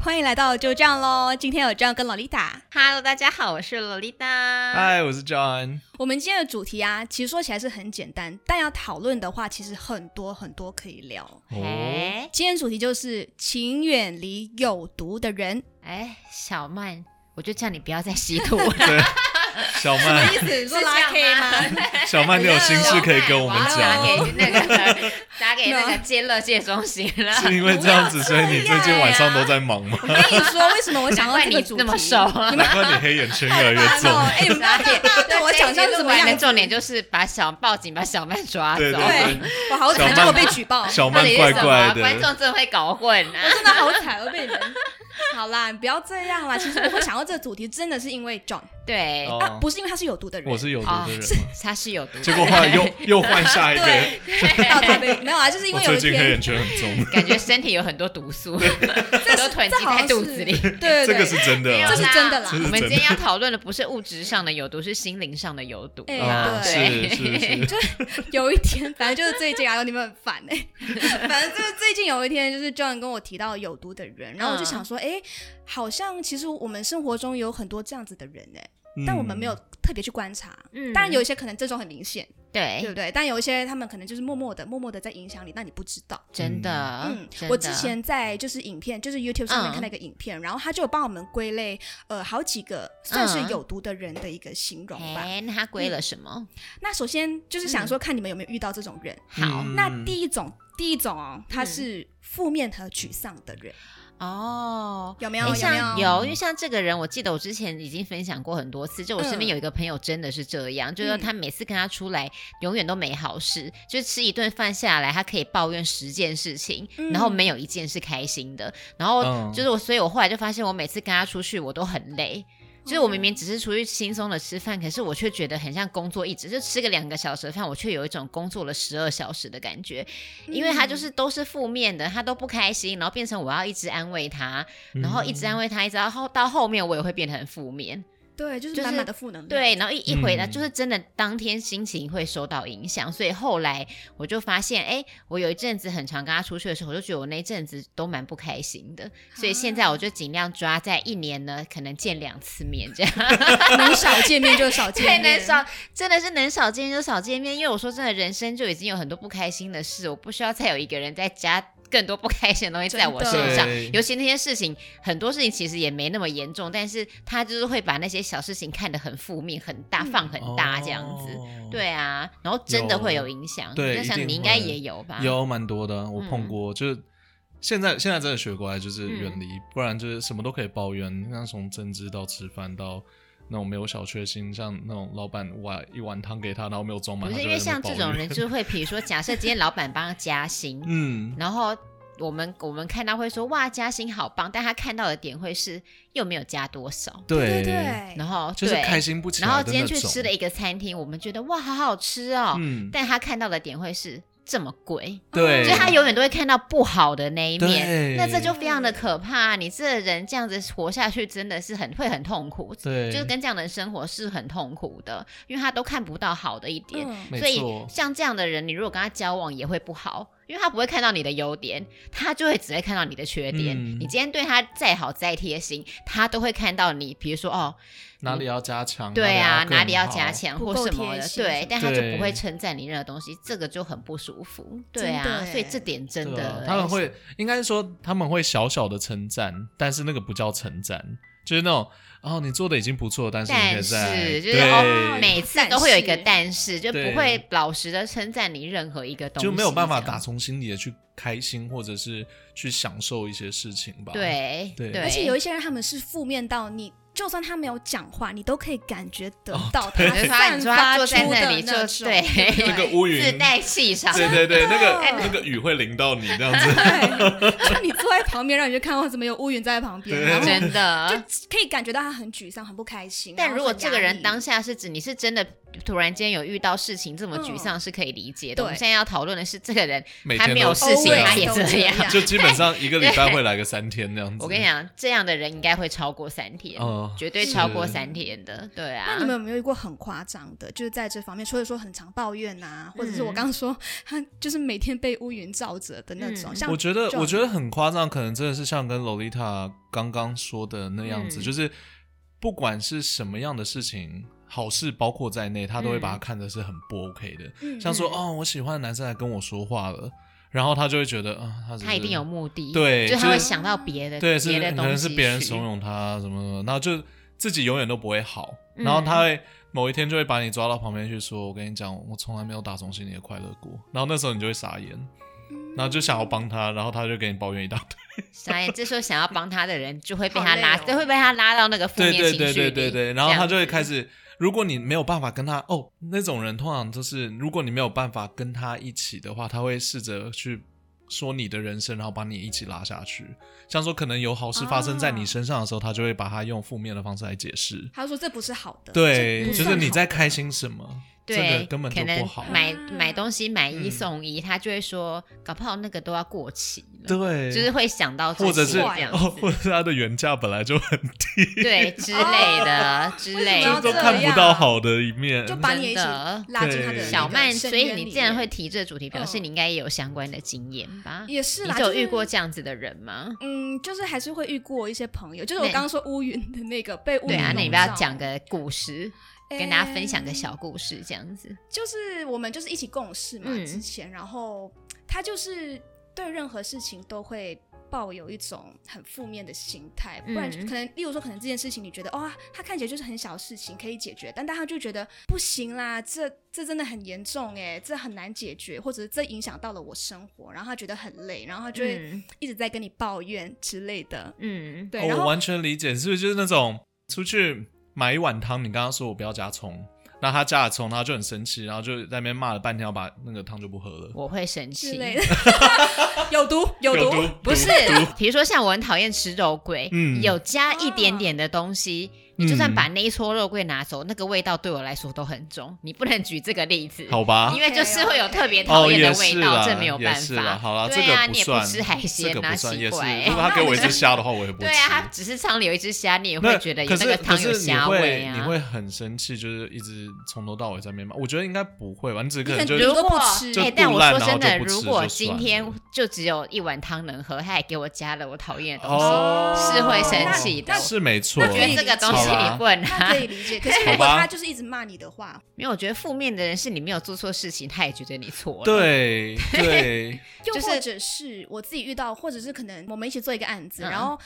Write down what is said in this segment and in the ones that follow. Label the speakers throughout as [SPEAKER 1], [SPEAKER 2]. [SPEAKER 1] 欢迎来到就这样喽。今天有这样跟洛丽塔，
[SPEAKER 2] Hello，大家好，我是洛丽达。
[SPEAKER 3] 嗨，我是 John。
[SPEAKER 1] 我们今天的主题啊，其实说起来是很简单，但要讨论的话，其实很多很多可以聊。
[SPEAKER 3] 哦，
[SPEAKER 2] 哎
[SPEAKER 1] 今天主题就是请远离有毒的人，
[SPEAKER 2] 哎，小曼，我就叫你不要再吸 毒。
[SPEAKER 3] 小 曼，
[SPEAKER 1] 意思
[SPEAKER 2] 说拉 K 吗？
[SPEAKER 3] 小曼，你有心事可以跟我们
[SPEAKER 2] 要打
[SPEAKER 3] 讲，
[SPEAKER 2] 给那 个打给那个戒乐戒中心了。
[SPEAKER 3] 是因为这样子，所以你最近晚上都在忙吗？
[SPEAKER 1] 我跟你说，为什么我想到
[SPEAKER 2] 怪
[SPEAKER 1] 这个
[SPEAKER 2] 你
[SPEAKER 1] 主题？
[SPEAKER 2] 那么啊瘦，
[SPEAKER 3] 难怪你黑眼圈越来越
[SPEAKER 1] 烦
[SPEAKER 3] 重。
[SPEAKER 1] 哦哎，你们不要看 到对我想象是怎么样
[SPEAKER 2] 的
[SPEAKER 1] 子？
[SPEAKER 2] 重点就是把小报警，把小曼抓走。
[SPEAKER 3] 对
[SPEAKER 1] 对，我好惨，就
[SPEAKER 3] 小曼
[SPEAKER 1] 我被举报，
[SPEAKER 3] 小
[SPEAKER 2] 到
[SPEAKER 3] 曼
[SPEAKER 2] 底是
[SPEAKER 3] 怪
[SPEAKER 2] 什么
[SPEAKER 3] 怪的，
[SPEAKER 2] 观众真的会搞混 啊！
[SPEAKER 1] 真的好惨，我被你们。好啦，你不要这样啦。其实我会想到这个主题，真的是因为 John，
[SPEAKER 2] 对，
[SPEAKER 3] 哦
[SPEAKER 1] 啊，不是因为他是有毒的人，
[SPEAKER 3] 我是有毒的人
[SPEAKER 2] 是
[SPEAKER 3] 吗？
[SPEAKER 2] 他是有毒的，
[SPEAKER 3] 结果后来又又换下一
[SPEAKER 1] 对
[SPEAKER 3] 个，
[SPEAKER 1] 到这边没有啊，就是因
[SPEAKER 3] 我
[SPEAKER 1] 为有
[SPEAKER 3] 最
[SPEAKER 1] 一
[SPEAKER 3] 近黑
[SPEAKER 1] 天
[SPEAKER 3] 眼圈很重，
[SPEAKER 2] 感觉身体有很多毒素， 都囤积
[SPEAKER 1] 这好
[SPEAKER 2] 在
[SPEAKER 1] 像
[SPEAKER 2] 肚子里
[SPEAKER 1] 是。对对
[SPEAKER 3] 这
[SPEAKER 1] 对，
[SPEAKER 3] 个是真的
[SPEAKER 2] 没有
[SPEAKER 3] 啊
[SPEAKER 1] 这。是真的啦
[SPEAKER 3] 这
[SPEAKER 2] 我
[SPEAKER 3] 是
[SPEAKER 2] 们
[SPEAKER 3] 真
[SPEAKER 2] 今
[SPEAKER 3] 的
[SPEAKER 2] 天要讨论的不是物质上的有毒，是心灵上的有毒。
[SPEAKER 1] 哎
[SPEAKER 3] 啊，
[SPEAKER 1] 对
[SPEAKER 3] 是是是，
[SPEAKER 1] 有一天，反正就是最近啊， 你们很烦哎、 反正就是最近有一天，就是 John 跟我提到有毒的人，然后我
[SPEAKER 2] 嗯
[SPEAKER 1] 就想说，哎、好像其实我们生活中有很多这样子的人哎、但我们没有特别去观察。
[SPEAKER 2] 嗯
[SPEAKER 1] 当然有一些可能症状很明显，对
[SPEAKER 2] 对，
[SPEAKER 1] 不对？但有一些他们可能就是默默的、默默的在影响你，那你不知道。
[SPEAKER 2] 真
[SPEAKER 1] 嗯
[SPEAKER 2] 的，啊真，的
[SPEAKER 1] 我之前在就是影片，就是 YouTube 上面
[SPEAKER 2] 嗯
[SPEAKER 1] 看到一个影片，然后他就有帮我们归类，呃，好几个算是
[SPEAKER 2] 嗯
[SPEAKER 1] 有毒的人的一个形容吧。
[SPEAKER 2] 哎，那他归了什么？
[SPEAKER 1] 那首先就是
[SPEAKER 2] 嗯
[SPEAKER 1] 想说，看你们有没有遇到这种人。
[SPEAKER 2] 好
[SPEAKER 3] 嗯
[SPEAKER 1] 那第一种，第一种哦，他是负面和沮丧的人，
[SPEAKER 2] 哦。
[SPEAKER 1] 有没有？
[SPEAKER 2] 哎，
[SPEAKER 1] 有没
[SPEAKER 2] 像
[SPEAKER 1] 有？嗯
[SPEAKER 2] 有，因为像这个人，我记得我之前已经分享过很多次。就我身边
[SPEAKER 1] 嗯
[SPEAKER 2] 有一个朋友，真的是这样，就是说他每次跟他出来，永远都没好事。就是吃一顿饭下来，他可以抱怨十件事情，
[SPEAKER 1] 嗯
[SPEAKER 2] 然后没有一件是开心的。然后
[SPEAKER 3] 嗯
[SPEAKER 2] 就是我，所以我后来就发现，我每次跟他出去，我都很累。就是我明
[SPEAKER 1] 嗯
[SPEAKER 2] 明只是出去轻松的吃饭，可是我却觉得很像工作一直就吃个两个小时的饭，我却有一种工作了十二小时的感觉，因为
[SPEAKER 1] 嗯
[SPEAKER 2] 他就是都是负面的，他都不开心，然后变成我要一直安慰他，
[SPEAKER 3] 嗯
[SPEAKER 2] 然后一直安慰他，一直到后到后面我也会变得很负面，
[SPEAKER 1] 对，就是
[SPEAKER 2] 就是
[SPEAKER 1] 满满的负能量。，
[SPEAKER 2] 对，然后一一回来
[SPEAKER 3] 嗯
[SPEAKER 2] 就是真的当天心情会受到影响，所以后来我就发现，哎，我有一阵子很常跟他出去的时候，我就觉得我那一阵子都蛮不开心的，所以现在我就尽量抓在一年呢，可能见两次面这样。
[SPEAKER 1] 能少见面就少
[SPEAKER 2] 对，
[SPEAKER 1] 见面，
[SPEAKER 2] 能少真的是能少见面就少见面，因为我说真的，人生就已经有很多不开心的事，我不需要再有一个人再加更多不开心的东西在我身上
[SPEAKER 3] 真的。
[SPEAKER 2] 尤其那些事情，很多事情其实也没那么严重，但是他就是会把那些小事情看得很负面、很大、
[SPEAKER 1] 嗯
[SPEAKER 2] 放很大这样子。，
[SPEAKER 3] 哦，
[SPEAKER 2] 对啊，然后真的
[SPEAKER 3] 有
[SPEAKER 2] 会有影响。
[SPEAKER 3] 对
[SPEAKER 2] 那
[SPEAKER 3] 一
[SPEAKER 2] 像
[SPEAKER 3] 定
[SPEAKER 2] 你应该
[SPEAKER 3] 会
[SPEAKER 2] 也有吧？
[SPEAKER 3] 有蛮多的啊，我碰
[SPEAKER 2] 嗯
[SPEAKER 3] 过，就是现在现在真的学乖，就是
[SPEAKER 2] 嗯
[SPEAKER 3] 远离，不然就是什么都可以抱怨，那从政治到吃饭到。那种没有小确幸，像那种老板哇一碗汤给他，然后没有装满，
[SPEAKER 2] 不是
[SPEAKER 3] 他就
[SPEAKER 2] 因为
[SPEAKER 3] 在那
[SPEAKER 2] 像
[SPEAKER 3] 边
[SPEAKER 2] 这
[SPEAKER 3] 抱
[SPEAKER 2] 种
[SPEAKER 3] 怨，
[SPEAKER 2] 人，就会比如说，假设今天老板帮他加薪，
[SPEAKER 3] 嗯，
[SPEAKER 2] 然后我们我们看到会说哇嘉兴好棒，但他看到的点会是又没有加多少，
[SPEAKER 1] 对对对，
[SPEAKER 2] 然后
[SPEAKER 3] 就是
[SPEAKER 2] 对
[SPEAKER 3] 开心不起来
[SPEAKER 2] 然后
[SPEAKER 3] 的
[SPEAKER 2] 今天
[SPEAKER 3] 那
[SPEAKER 2] 去
[SPEAKER 3] 种
[SPEAKER 2] 吃了一个餐厅，我们觉得哇好好吃哦，
[SPEAKER 3] 嗯，
[SPEAKER 2] 但他看到的点会是这么贵。
[SPEAKER 3] 对，
[SPEAKER 2] 所以他永远都会看到不好的那一面，
[SPEAKER 3] 对
[SPEAKER 2] 那这就非常
[SPEAKER 1] 嗯
[SPEAKER 2] 的可怕。啊你这人这样子活下去，真的是很会很痛苦，
[SPEAKER 3] 对，
[SPEAKER 2] 就是跟这样的人生活是很痛苦的，因为他都看不到好的一点。
[SPEAKER 1] 嗯，
[SPEAKER 3] 没
[SPEAKER 2] 所以
[SPEAKER 3] 错
[SPEAKER 2] 像这样的人，你如果跟他交往也会不好，因为他不会看到你的优点，他就会只会看到你的缺点。
[SPEAKER 3] 嗯
[SPEAKER 2] 你今天对他再好再贴心，他都会看到你，比如说哦，
[SPEAKER 3] 哪里要加强，
[SPEAKER 2] 对啊，哪
[SPEAKER 3] 哪
[SPEAKER 2] 里
[SPEAKER 3] 里
[SPEAKER 2] 要
[SPEAKER 3] 要
[SPEAKER 2] 加
[SPEAKER 3] 强，
[SPEAKER 2] 强
[SPEAKER 1] 不
[SPEAKER 2] 或
[SPEAKER 1] 够
[SPEAKER 2] 什么
[SPEAKER 1] 贴
[SPEAKER 2] 的，
[SPEAKER 1] 心
[SPEAKER 2] 对
[SPEAKER 1] 什，
[SPEAKER 2] 但他就
[SPEAKER 3] 对
[SPEAKER 2] 不会称赞你任何东西，这个就很不舒服。对
[SPEAKER 1] 真的
[SPEAKER 2] 啊，
[SPEAKER 1] 耶
[SPEAKER 2] 所以这点真
[SPEAKER 3] 对
[SPEAKER 2] 的哎
[SPEAKER 3] 啊，他们会应该是说他们会小小的称赞，但是那个不叫称赞，就是那种哦你做的已经不错，但是你可以
[SPEAKER 2] 但
[SPEAKER 3] 再
[SPEAKER 2] 是就是
[SPEAKER 3] 对
[SPEAKER 2] 哦，每次
[SPEAKER 1] 但
[SPEAKER 2] 都会有一个
[SPEAKER 1] 是
[SPEAKER 2] 但是，就不
[SPEAKER 3] 对
[SPEAKER 2] 会老实的称赞你任何一个东西，
[SPEAKER 3] 就没有办法
[SPEAKER 2] 这样
[SPEAKER 3] 打从心底的去开心，或者是去享受一些事情吧。，
[SPEAKER 2] 对
[SPEAKER 3] 对
[SPEAKER 2] 对，
[SPEAKER 1] 而且有一些人他们是负面到你。就算他没有讲话，你都可以感觉得到他
[SPEAKER 2] 就是他
[SPEAKER 1] 散
[SPEAKER 2] 你说他
[SPEAKER 1] 发
[SPEAKER 2] 坐
[SPEAKER 1] 出的
[SPEAKER 2] 在那里就
[SPEAKER 1] 那种，
[SPEAKER 2] 对
[SPEAKER 3] 哦 那个乌云，
[SPEAKER 2] 自带气场。
[SPEAKER 3] 对对对，
[SPEAKER 1] 真的
[SPEAKER 3] 那个那个雨会淋到你这样 子。
[SPEAKER 1] 对， 就你坐在旁边，让你就看到怎么有乌云在旁边，
[SPEAKER 3] 对
[SPEAKER 1] 然后
[SPEAKER 2] 真的。
[SPEAKER 1] 可以感觉到他很沮丧、很不开心。
[SPEAKER 2] 但
[SPEAKER 1] 然后
[SPEAKER 2] 如果
[SPEAKER 1] 很
[SPEAKER 2] 这
[SPEAKER 1] 压
[SPEAKER 2] 个人
[SPEAKER 1] 抑
[SPEAKER 2] 当下是指你是真的突然间有遇到事情这么沮丧是可以理解的。
[SPEAKER 1] 嗯对
[SPEAKER 2] 我们现在要讨论的是，这个人
[SPEAKER 3] 每
[SPEAKER 2] 他
[SPEAKER 3] 天
[SPEAKER 2] 没
[SPEAKER 3] 都
[SPEAKER 2] 有
[SPEAKER 3] 是
[SPEAKER 2] 事情，
[SPEAKER 3] 这
[SPEAKER 2] 他
[SPEAKER 3] 样
[SPEAKER 2] 也
[SPEAKER 1] 都这
[SPEAKER 2] 样。
[SPEAKER 1] 样
[SPEAKER 3] 就基本上一个礼拜会来个三天那样子。
[SPEAKER 2] 我跟你，讲，这样的人应该会超过三天，
[SPEAKER 3] 哦
[SPEAKER 2] 绝对
[SPEAKER 3] 是
[SPEAKER 2] 超过三天的。对啊，
[SPEAKER 1] 那你们有没有遇过很夸张的？就是在这方面，所以说很常抱怨
[SPEAKER 2] 嗯
[SPEAKER 1] 呐、或者是我刚刚说 他就是每天被乌云罩着的那种。
[SPEAKER 2] 嗯
[SPEAKER 1] 像
[SPEAKER 3] 我觉得
[SPEAKER 1] 这，种
[SPEAKER 3] 我觉得很夸张，可能真的是像跟洛丽塔刚刚说的那样子，
[SPEAKER 2] 嗯
[SPEAKER 3] 就是不管是什么样的事情，好事包括在内，他都会把它
[SPEAKER 2] 嗯
[SPEAKER 3] 看的是很不 OK 的。
[SPEAKER 1] 嗯
[SPEAKER 3] 像说，
[SPEAKER 2] 嗯
[SPEAKER 3] 哦，我喜欢的男生来跟我说话了，然后他就会觉得，啊、他只是
[SPEAKER 2] 他一定有目的，
[SPEAKER 3] 对
[SPEAKER 2] 就是
[SPEAKER 3] 就
[SPEAKER 2] 他会
[SPEAKER 3] 是
[SPEAKER 2] 想到别的，
[SPEAKER 3] 对，是
[SPEAKER 2] 别的
[SPEAKER 3] 可
[SPEAKER 2] 东
[SPEAKER 3] 能
[SPEAKER 2] 西
[SPEAKER 3] 是
[SPEAKER 2] 去，
[SPEAKER 3] 别人怂恿他什么什么，然后就自己永远都不会好，
[SPEAKER 2] 嗯
[SPEAKER 3] 然后他会某一天就会把你抓到旁边去说：“我跟你讲，我从来没有打从心里的快乐过。”然后那时候你就会傻眼，
[SPEAKER 2] 嗯
[SPEAKER 3] 然后就想要帮他，然后他就给你抱怨一大堆。
[SPEAKER 2] 傻眼。这时候想要帮他的人就会被
[SPEAKER 1] 好
[SPEAKER 2] 他
[SPEAKER 1] 累
[SPEAKER 2] 拉，
[SPEAKER 1] 哦
[SPEAKER 2] 就会被他拉到那个负
[SPEAKER 3] 对
[SPEAKER 2] 面情
[SPEAKER 3] 对
[SPEAKER 2] 绪
[SPEAKER 3] 对对对
[SPEAKER 2] 里
[SPEAKER 3] 对，然后他就会
[SPEAKER 2] 这样子
[SPEAKER 3] 开始。如果你没有办法跟他哦，那种人通常就是，如果你没有办法跟他一起的话，他会试着去说你的人生，然后把你一起拉下去。像说可能有好事发生在你
[SPEAKER 1] 啊
[SPEAKER 3] 身上的时候，他就会把它用负面的方式来解释。
[SPEAKER 1] 他说这不是好的，
[SPEAKER 3] 对，
[SPEAKER 1] 这不
[SPEAKER 3] 就
[SPEAKER 1] 算
[SPEAKER 3] 是你
[SPEAKER 1] 好
[SPEAKER 3] 在
[SPEAKER 2] 啊
[SPEAKER 1] 的
[SPEAKER 3] 开心什么，这个
[SPEAKER 2] 对，
[SPEAKER 3] 根本就
[SPEAKER 2] 可
[SPEAKER 3] 不
[SPEAKER 2] 能
[SPEAKER 3] 好。
[SPEAKER 2] 买
[SPEAKER 1] 啊
[SPEAKER 2] 买东西买一
[SPEAKER 3] 嗯
[SPEAKER 2] 送一，他就会说，搞不好那个都要过期了，
[SPEAKER 3] 对，
[SPEAKER 2] 就是啊会想到这
[SPEAKER 3] 或者
[SPEAKER 2] 些
[SPEAKER 3] 是
[SPEAKER 2] 这样
[SPEAKER 3] 哦，
[SPEAKER 2] 子，
[SPEAKER 3] 或者是它的原价本来就很低，
[SPEAKER 2] 对之类的之类
[SPEAKER 1] 哦为什么要
[SPEAKER 2] 的，
[SPEAKER 3] 都
[SPEAKER 1] 这
[SPEAKER 3] 看不
[SPEAKER 1] 样
[SPEAKER 3] 到好的一面。
[SPEAKER 1] 就把你也一起
[SPEAKER 2] 真的
[SPEAKER 1] 拉进他的
[SPEAKER 3] 对
[SPEAKER 2] 小
[SPEAKER 1] 曼，
[SPEAKER 2] 曼，所以你既然会提这个主题，表示
[SPEAKER 1] 嗯
[SPEAKER 2] 你应该也有相关的经验吧？
[SPEAKER 1] 也是
[SPEAKER 2] 你
[SPEAKER 1] 啦，
[SPEAKER 2] 就有
[SPEAKER 1] 就是
[SPEAKER 2] 遇过这样子的人吗？
[SPEAKER 1] 嗯，就是还是会遇过一些朋友，就是我
[SPEAKER 2] 对
[SPEAKER 1] 刚刚说乌云的那个被乌云
[SPEAKER 2] 对啊，那你
[SPEAKER 1] 笼
[SPEAKER 2] 不要
[SPEAKER 1] 罩哎
[SPEAKER 2] 讲个故事，跟大家分享个
[SPEAKER 1] 嗯
[SPEAKER 2] 小故事，这样子。
[SPEAKER 1] 就是我们就是一起共事嘛，
[SPEAKER 2] 嗯
[SPEAKER 1] 之前，然后他就是对任何事情都会抱有一种很负面的心态，不然
[SPEAKER 2] 嗯
[SPEAKER 1] 可能，例如说，可能这件事情你觉得哇、他看起来就是很小的事情可以解决，但他就觉得不行啦，这这真的很严重哎，这很难解决，或者是这影响到了我生活，然后他觉得很累，然后他就会
[SPEAKER 2] 嗯
[SPEAKER 1] 一直在跟你抱怨之类的，
[SPEAKER 2] 嗯，
[SPEAKER 1] 对，
[SPEAKER 3] 哦
[SPEAKER 1] 然
[SPEAKER 3] 我
[SPEAKER 1] 后
[SPEAKER 3] 完全理解，是不是就是那种出去买一碗汤，你刚刚说我不要加葱，那他加了葱，他就很生气，然后就在那边骂了半天，要把那个汤就不喝了。
[SPEAKER 2] 我会生
[SPEAKER 1] 之
[SPEAKER 2] 气。
[SPEAKER 1] 类的， 有毒有毒，
[SPEAKER 2] 不 是，比如说像我很讨厌吃肉桂，
[SPEAKER 3] 嗯
[SPEAKER 2] 有加一
[SPEAKER 1] 啊
[SPEAKER 2] 点点的东西，你就算把那一撮肉桂拿走，那个味道对我来说都很重。你不能举这个例子，
[SPEAKER 3] 好吧
[SPEAKER 2] 因？为就是会有特别讨
[SPEAKER 3] 啊哦，
[SPEAKER 2] 厌
[SPEAKER 3] 也
[SPEAKER 2] 的味
[SPEAKER 3] 是
[SPEAKER 2] 道，
[SPEAKER 3] 啦，
[SPEAKER 2] 这没有
[SPEAKER 3] 也
[SPEAKER 2] 办
[SPEAKER 3] 是啦
[SPEAKER 2] 法。
[SPEAKER 3] 好啦，这
[SPEAKER 2] 对啊
[SPEAKER 3] 个
[SPEAKER 2] 你也不
[SPEAKER 3] 算，
[SPEAKER 2] 吃海鲜
[SPEAKER 3] 这个
[SPEAKER 2] 啊
[SPEAKER 3] 不算，
[SPEAKER 2] 奇
[SPEAKER 3] 也是。
[SPEAKER 2] 怪
[SPEAKER 3] 如果他给我一只虾的话，我也不吃。
[SPEAKER 2] 对啊，他只是汤里有一只虾，你也
[SPEAKER 3] 那
[SPEAKER 2] 会觉得有
[SPEAKER 3] 可
[SPEAKER 2] 那
[SPEAKER 3] 是
[SPEAKER 2] 个
[SPEAKER 3] 可
[SPEAKER 2] 汤有
[SPEAKER 3] 是你
[SPEAKER 2] 虾味
[SPEAKER 3] 会你
[SPEAKER 2] 啊。
[SPEAKER 3] 会很生气，就是一直从头到尾在那边骂。我觉得应该不会吧，你只是可能
[SPEAKER 1] 你
[SPEAKER 3] 就
[SPEAKER 1] 很
[SPEAKER 3] 是
[SPEAKER 2] 如
[SPEAKER 1] 就
[SPEAKER 2] 果
[SPEAKER 1] 就
[SPEAKER 2] 哎、但
[SPEAKER 3] 肚
[SPEAKER 2] 我
[SPEAKER 3] 烂
[SPEAKER 2] 说
[SPEAKER 3] 然后
[SPEAKER 2] 真的，
[SPEAKER 3] 就不吃
[SPEAKER 2] 如
[SPEAKER 3] 就
[SPEAKER 2] 果
[SPEAKER 3] 算
[SPEAKER 2] 今
[SPEAKER 3] 了
[SPEAKER 2] 天就只有一碗汤能喝，他还给我加了我讨厌的东西，
[SPEAKER 3] 哦
[SPEAKER 2] 是会生气的。
[SPEAKER 1] 那
[SPEAKER 3] 是没错
[SPEAKER 1] 那
[SPEAKER 2] 我
[SPEAKER 1] 那。
[SPEAKER 2] 觉得这个东西你不
[SPEAKER 1] 那
[SPEAKER 2] 能拿
[SPEAKER 1] 可，以理解。可是
[SPEAKER 3] 好
[SPEAKER 1] 如果
[SPEAKER 3] 吧
[SPEAKER 1] 他就是一直骂你的话，
[SPEAKER 2] 因为我觉得负面的人是你没有做错事情，他也觉得你错了。，
[SPEAKER 3] 对对，
[SPEAKER 1] 又
[SPEAKER 2] 就是
[SPEAKER 1] 或者是我自己遇到，或者是可能我们一起做一个案子，
[SPEAKER 2] 嗯
[SPEAKER 1] 然后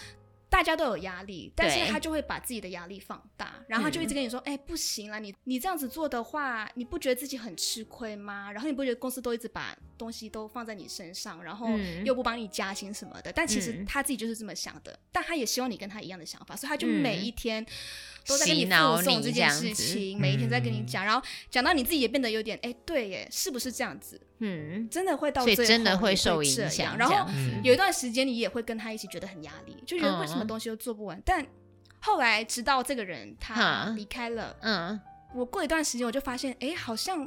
[SPEAKER 1] 大家都有压力，但
[SPEAKER 2] 对嗯
[SPEAKER 1] 是他就会把自己的压力放大，然后他就一直跟你说：“哎、不行啦，你你这样子做的话，你不觉得自己很吃亏吗？然后你不觉得公司都一直把东西都放在你身上，然后
[SPEAKER 2] 嗯
[SPEAKER 1] 又不帮你加薪什么的？但其实
[SPEAKER 2] 嗯
[SPEAKER 1] 他自己就是这么想的，但他也希望你跟他一样的想法，所以他就
[SPEAKER 2] 嗯
[SPEAKER 1] 每一天。都在跟你
[SPEAKER 2] 洗
[SPEAKER 1] 附
[SPEAKER 2] 脑
[SPEAKER 1] 送
[SPEAKER 2] 你
[SPEAKER 1] 这
[SPEAKER 2] 这
[SPEAKER 1] 件
[SPEAKER 2] 样
[SPEAKER 1] 事
[SPEAKER 2] 子
[SPEAKER 1] 情，每一天在跟你
[SPEAKER 3] 嗯
[SPEAKER 1] 讲，然后讲到你自己也变得有点，哎，对耶，是不是这样子？
[SPEAKER 2] 嗯，
[SPEAKER 1] 真的会到
[SPEAKER 2] 所
[SPEAKER 1] 最
[SPEAKER 2] 以
[SPEAKER 1] 后
[SPEAKER 2] 真的
[SPEAKER 1] 你会
[SPEAKER 2] 受
[SPEAKER 1] 这
[SPEAKER 2] 影
[SPEAKER 1] 样
[SPEAKER 2] 响。
[SPEAKER 1] 然后
[SPEAKER 2] 这样
[SPEAKER 3] 嗯
[SPEAKER 1] 有一段时间你也会跟他一起觉得很压力，就觉得为什么
[SPEAKER 2] 嗯
[SPEAKER 1] 东西都做不完。但后来直到这个人他
[SPEAKER 2] 哈
[SPEAKER 1] 离开了，
[SPEAKER 2] 嗯
[SPEAKER 1] 我过一段时间我就发现，哎，好像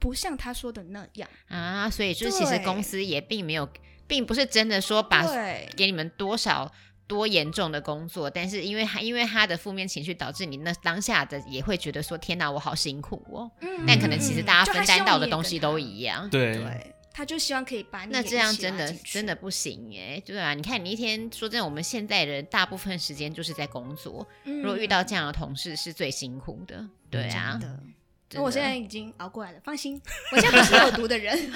[SPEAKER 1] 不像他说的那样。
[SPEAKER 2] 啊，所以就是其实
[SPEAKER 1] 对
[SPEAKER 2] 公司也并没有，并不是真的说把
[SPEAKER 1] 对，
[SPEAKER 2] 给你们多少多严重的工作，但是因为他因为他的负面情绪导致你那当下的也会觉得说天哪，我好辛苦哦。
[SPEAKER 1] 嗯
[SPEAKER 2] 但可能其实大家分担到的东西都。
[SPEAKER 1] 样。
[SPEAKER 2] 一 样。
[SPEAKER 1] 就他希望你也
[SPEAKER 3] 对
[SPEAKER 1] 跟他对，他就希望可以把你
[SPEAKER 2] 那
[SPEAKER 1] 也
[SPEAKER 2] 这
[SPEAKER 1] 一
[SPEAKER 2] 样
[SPEAKER 1] 起
[SPEAKER 2] 真
[SPEAKER 1] 拉
[SPEAKER 2] 的
[SPEAKER 1] 进去
[SPEAKER 2] 真的，不行哎、对啊，你看你一天说真的，我们现在人大部分时间就是在工作，
[SPEAKER 1] 如
[SPEAKER 2] 如果遇到这样的同事是最辛苦的，对啊，
[SPEAKER 1] 嗯的。
[SPEAKER 2] 真
[SPEAKER 1] 那我
[SPEAKER 2] 的
[SPEAKER 1] 现在已经熬过来了，放 心，我现在不是有毒的人，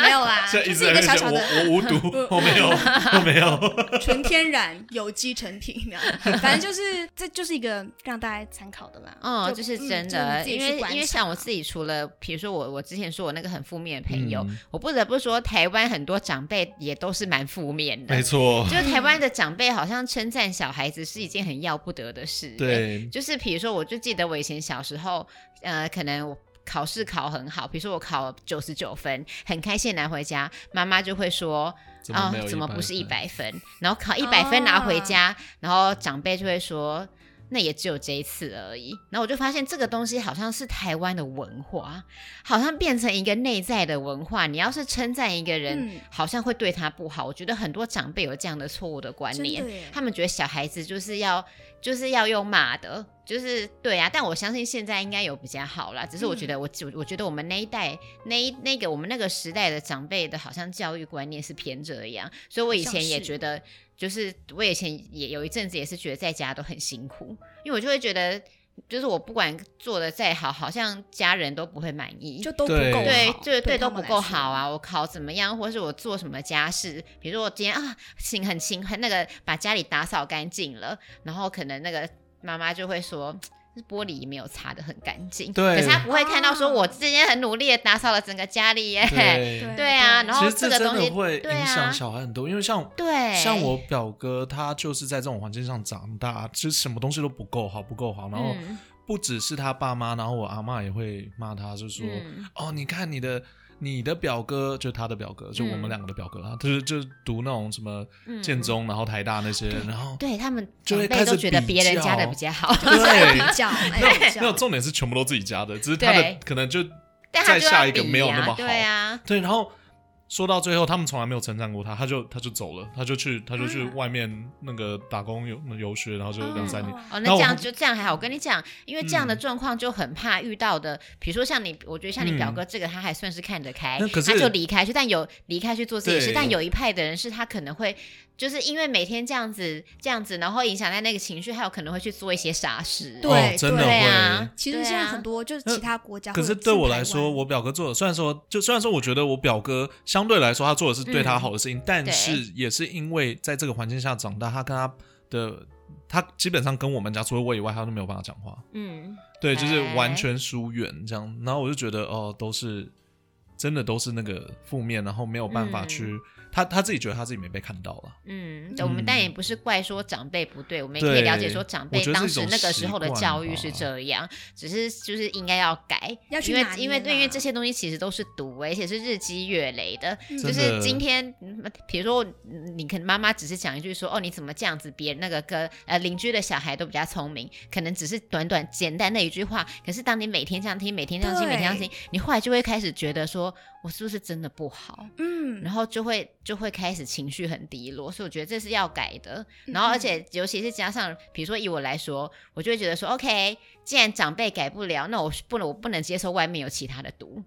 [SPEAKER 1] 没有
[SPEAKER 2] 啊
[SPEAKER 1] 啦，
[SPEAKER 3] 现在
[SPEAKER 1] 就
[SPEAKER 3] 一直
[SPEAKER 1] 是
[SPEAKER 3] 在
[SPEAKER 1] 一个
[SPEAKER 3] 那边
[SPEAKER 1] 小
[SPEAKER 3] 讲
[SPEAKER 1] 小
[SPEAKER 3] 我
[SPEAKER 1] 的
[SPEAKER 3] 我 无毒，我没有，我没有。
[SPEAKER 1] 纯天然有机成品那 样，反正就是这就是一个让大家参考的啦。
[SPEAKER 2] 哦，
[SPEAKER 1] 就
[SPEAKER 2] 就是
[SPEAKER 1] 嗯
[SPEAKER 2] 真
[SPEAKER 1] 你
[SPEAKER 2] 的，
[SPEAKER 1] 自己
[SPEAKER 2] 因
[SPEAKER 1] 去
[SPEAKER 2] 为
[SPEAKER 1] 观察
[SPEAKER 2] 因为像我自己，除了比如说我我之前说我那个很负面的朋友，
[SPEAKER 3] 嗯
[SPEAKER 2] 我不得不说台湾很多长辈也都是蛮负面的
[SPEAKER 3] 没，错，
[SPEAKER 2] 就是台湾的长辈好像称赞小孩子是一件很要不得的事、欸，
[SPEAKER 3] 对，
[SPEAKER 2] 就是比如说，我就记得我以前小时候，呃，可能我考试考很好，比如说我考九十九分，很开心拿回家，妈妈就会说。
[SPEAKER 3] 怎么
[SPEAKER 2] 啊、
[SPEAKER 3] 没有
[SPEAKER 2] 怎么
[SPEAKER 3] 100
[SPEAKER 2] 不是一
[SPEAKER 3] 分？
[SPEAKER 2] 百分？然后考一百分拿回家，然后长辈就会说：“那也只有这一次而已。然后我就发现这个东西好像是台湾的文化，好像变成一个内在的文化。你要是称赞一个人，
[SPEAKER 1] 嗯
[SPEAKER 2] 好像会对他不好。我觉得很多长辈有这样的错误的观
[SPEAKER 1] 真的
[SPEAKER 2] 念，
[SPEAKER 1] 耶，
[SPEAKER 2] 他们觉得小孩子就是要就是要用骂的，就是对啊。但我相信现在应该有比较好啦。只是我觉得我、我我觉得我们那一代那一那个我们那个时代的长辈的，好像教育观念是偏这样，所以我以前也
[SPEAKER 1] 好像是哦
[SPEAKER 2] 觉得，就是我以前也有一阵子也是觉得在家都很辛苦，因为我就会觉得。就是我不管做的再好，好像家人都不会满意，
[SPEAKER 1] 就都不够好，
[SPEAKER 2] 对，就对
[SPEAKER 1] 对
[SPEAKER 2] 都
[SPEAKER 1] 他
[SPEAKER 2] 不
[SPEAKER 1] 们
[SPEAKER 2] 够
[SPEAKER 1] 来说
[SPEAKER 2] 好。啊！我考怎么样，或是我做什么家事，比如说我今天啊，勤很勤很那个把家里打扫干净了，然后可能那个妈妈就会说。这玻璃没有擦的很干净，
[SPEAKER 3] 对
[SPEAKER 2] 可是她不会看到说
[SPEAKER 1] 啊
[SPEAKER 2] 我今天很努力的打扫了整个家里耶，
[SPEAKER 3] 对，
[SPEAKER 2] 对啊，然后
[SPEAKER 3] 其实
[SPEAKER 2] 这个
[SPEAKER 3] 这真
[SPEAKER 2] 东西
[SPEAKER 3] 的会
[SPEAKER 2] 对啊
[SPEAKER 3] 影响小孩很多，因为像
[SPEAKER 2] 对，嗯
[SPEAKER 3] 像我表哥，他就是在这种环境上长大，其实什么东西都不够好，不够好。然后
[SPEAKER 2] 嗯
[SPEAKER 3] 不只是他爸妈，然后我阿嬷也会骂他，就说：“
[SPEAKER 2] 嗯
[SPEAKER 3] 哦，你看你的你的表哥，就他的表哥，就我
[SPEAKER 2] 嗯
[SPEAKER 3] 们两个的表哥啦，他就是就是读那种什么建中，然后台大那些，然后
[SPEAKER 2] 对他们
[SPEAKER 3] 就
[SPEAKER 2] 长
[SPEAKER 3] 会
[SPEAKER 2] 辈
[SPEAKER 3] 开
[SPEAKER 2] 都
[SPEAKER 3] 始
[SPEAKER 2] 觉得
[SPEAKER 3] 比
[SPEAKER 2] 别人家的
[SPEAKER 3] 较
[SPEAKER 2] 比较 好，
[SPEAKER 1] 对，
[SPEAKER 3] 对
[SPEAKER 1] 比较，哎
[SPEAKER 3] 那
[SPEAKER 1] 比
[SPEAKER 3] 那
[SPEAKER 1] 较
[SPEAKER 3] 重点是全部都自己家的，只是他的
[SPEAKER 2] 对
[SPEAKER 3] 可能就
[SPEAKER 2] 但他
[SPEAKER 3] 再
[SPEAKER 2] 就
[SPEAKER 3] 下
[SPEAKER 2] 要
[SPEAKER 3] 一个
[SPEAKER 2] 比
[SPEAKER 3] 没有
[SPEAKER 2] 呀
[SPEAKER 3] 那么好，
[SPEAKER 2] 对啊，
[SPEAKER 3] 对，然后说到最后，他们从来没有称赞过他，他就他就走了，他就去他就去
[SPEAKER 2] 嗯
[SPEAKER 1] 啊
[SPEAKER 3] 外面那个打工游游学，然后就两三年。
[SPEAKER 1] 哦
[SPEAKER 2] 哦，
[SPEAKER 3] 然
[SPEAKER 2] 那这
[SPEAKER 3] 后我
[SPEAKER 2] 样
[SPEAKER 3] 们
[SPEAKER 2] 就这样还好。我跟你讲，因为这样的
[SPEAKER 3] 嗯
[SPEAKER 2] 状况就很怕遇到的，比如说像你，我觉得像你表
[SPEAKER 3] 嗯
[SPEAKER 2] 哥这个，他还算是看得开，
[SPEAKER 3] 那可
[SPEAKER 2] 他
[SPEAKER 3] 是
[SPEAKER 2] 就离开去，但有离开去做自己事。
[SPEAKER 3] 对
[SPEAKER 2] 但有一派的人是他可能会，就是因为每天这样子这样子，然后影响在那个情绪，还有可能会去做一些傻事。
[SPEAKER 1] 对
[SPEAKER 3] 哦，真的
[SPEAKER 1] 对
[SPEAKER 3] 会。
[SPEAKER 2] 啊
[SPEAKER 1] 其实
[SPEAKER 2] 对
[SPEAKER 1] 现在
[SPEAKER 2] 啊
[SPEAKER 1] 很多就是
[SPEAKER 3] 那
[SPEAKER 1] 其他国家，
[SPEAKER 3] 可是
[SPEAKER 1] 或者
[SPEAKER 3] 对我
[SPEAKER 1] 台
[SPEAKER 3] 来说，
[SPEAKER 1] 湾
[SPEAKER 3] 我表哥做的虽然说，就虽然说我觉得我表哥相对来说他做的是对他
[SPEAKER 2] 嗯
[SPEAKER 3] 好的事情，但
[SPEAKER 2] 对
[SPEAKER 3] 是也是因为在这个环境下长大，他跟他的他基本上跟我们家除了我以外，他都没有办法讲话。
[SPEAKER 2] 嗯，
[SPEAKER 3] 对，就是
[SPEAKER 2] 哎
[SPEAKER 3] 完全疏远这样。然后我就觉得，哦，都是真的都是那个负面，然后没有办法
[SPEAKER 2] 嗯
[SPEAKER 3] 去、他他自己觉得他自己没被看到 了。
[SPEAKER 2] 嗯，我们但也
[SPEAKER 3] 嗯
[SPEAKER 2] 不是怪说长辈不对，我们也可以了解说
[SPEAKER 3] 对
[SPEAKER 2] 长
[SPEAKER 3] 我
[SPEAKER 2] 辈
[SPEAKER 3] 觉得
[SPEAKER 2] 当
[SPEAKER 3] 是一
[SPEAKER 2] 时
[SPEAKER 3] 种
[SPEAKER 2] 那个时候的
[SPEAKER 3] 习惯
[SPEAKER 2] 教育是
[SPEAKER 3] 吧
[SPEAKER 2] 这样，只是就是应该要改，
[SPEAKER 1] 要去
[SPEAKER 2] 因为
[SPEAKER 1] 拿捏
[SPEAKER 2] 因为对，因为
[SPEAKER 1] 啦
[SPEAKER 2] 这些东西其实都是毒，欸而且是日积月累的。
[SPEAKER 1] 嗯
[SPEAKER 2] 就
[SPEAKER 3] 真
[SPEAKER 2] 是
[SPEAKER 3] 的
[SPEAKER 2] 今天，嗯比如说嗯你可能妈妈只是讲一句说，哦，你怎么这样子？别人那个跟呃邻居的小孩都比较聪明，可能只是短短简单的一句话，可是当你每天这样听，每天这样听，每天这样
[SPEAKER 1] 对
[SPEAKER 2] 听，你后来就会开始觉得说，我是不是真的不好？
[SPEAKER 1] 嗯，
[SPEAKER 2] 然后就会就会开始情绪很低落，所以我觉得这是要改的。
[SPEAKER 1] 嗯
[SPEAKER 2] 然后而且尤其是加上，比如说以我来说，我就会觉得说，OK，既然长辈改不了，那我不能我不能接受外面有其他的毒。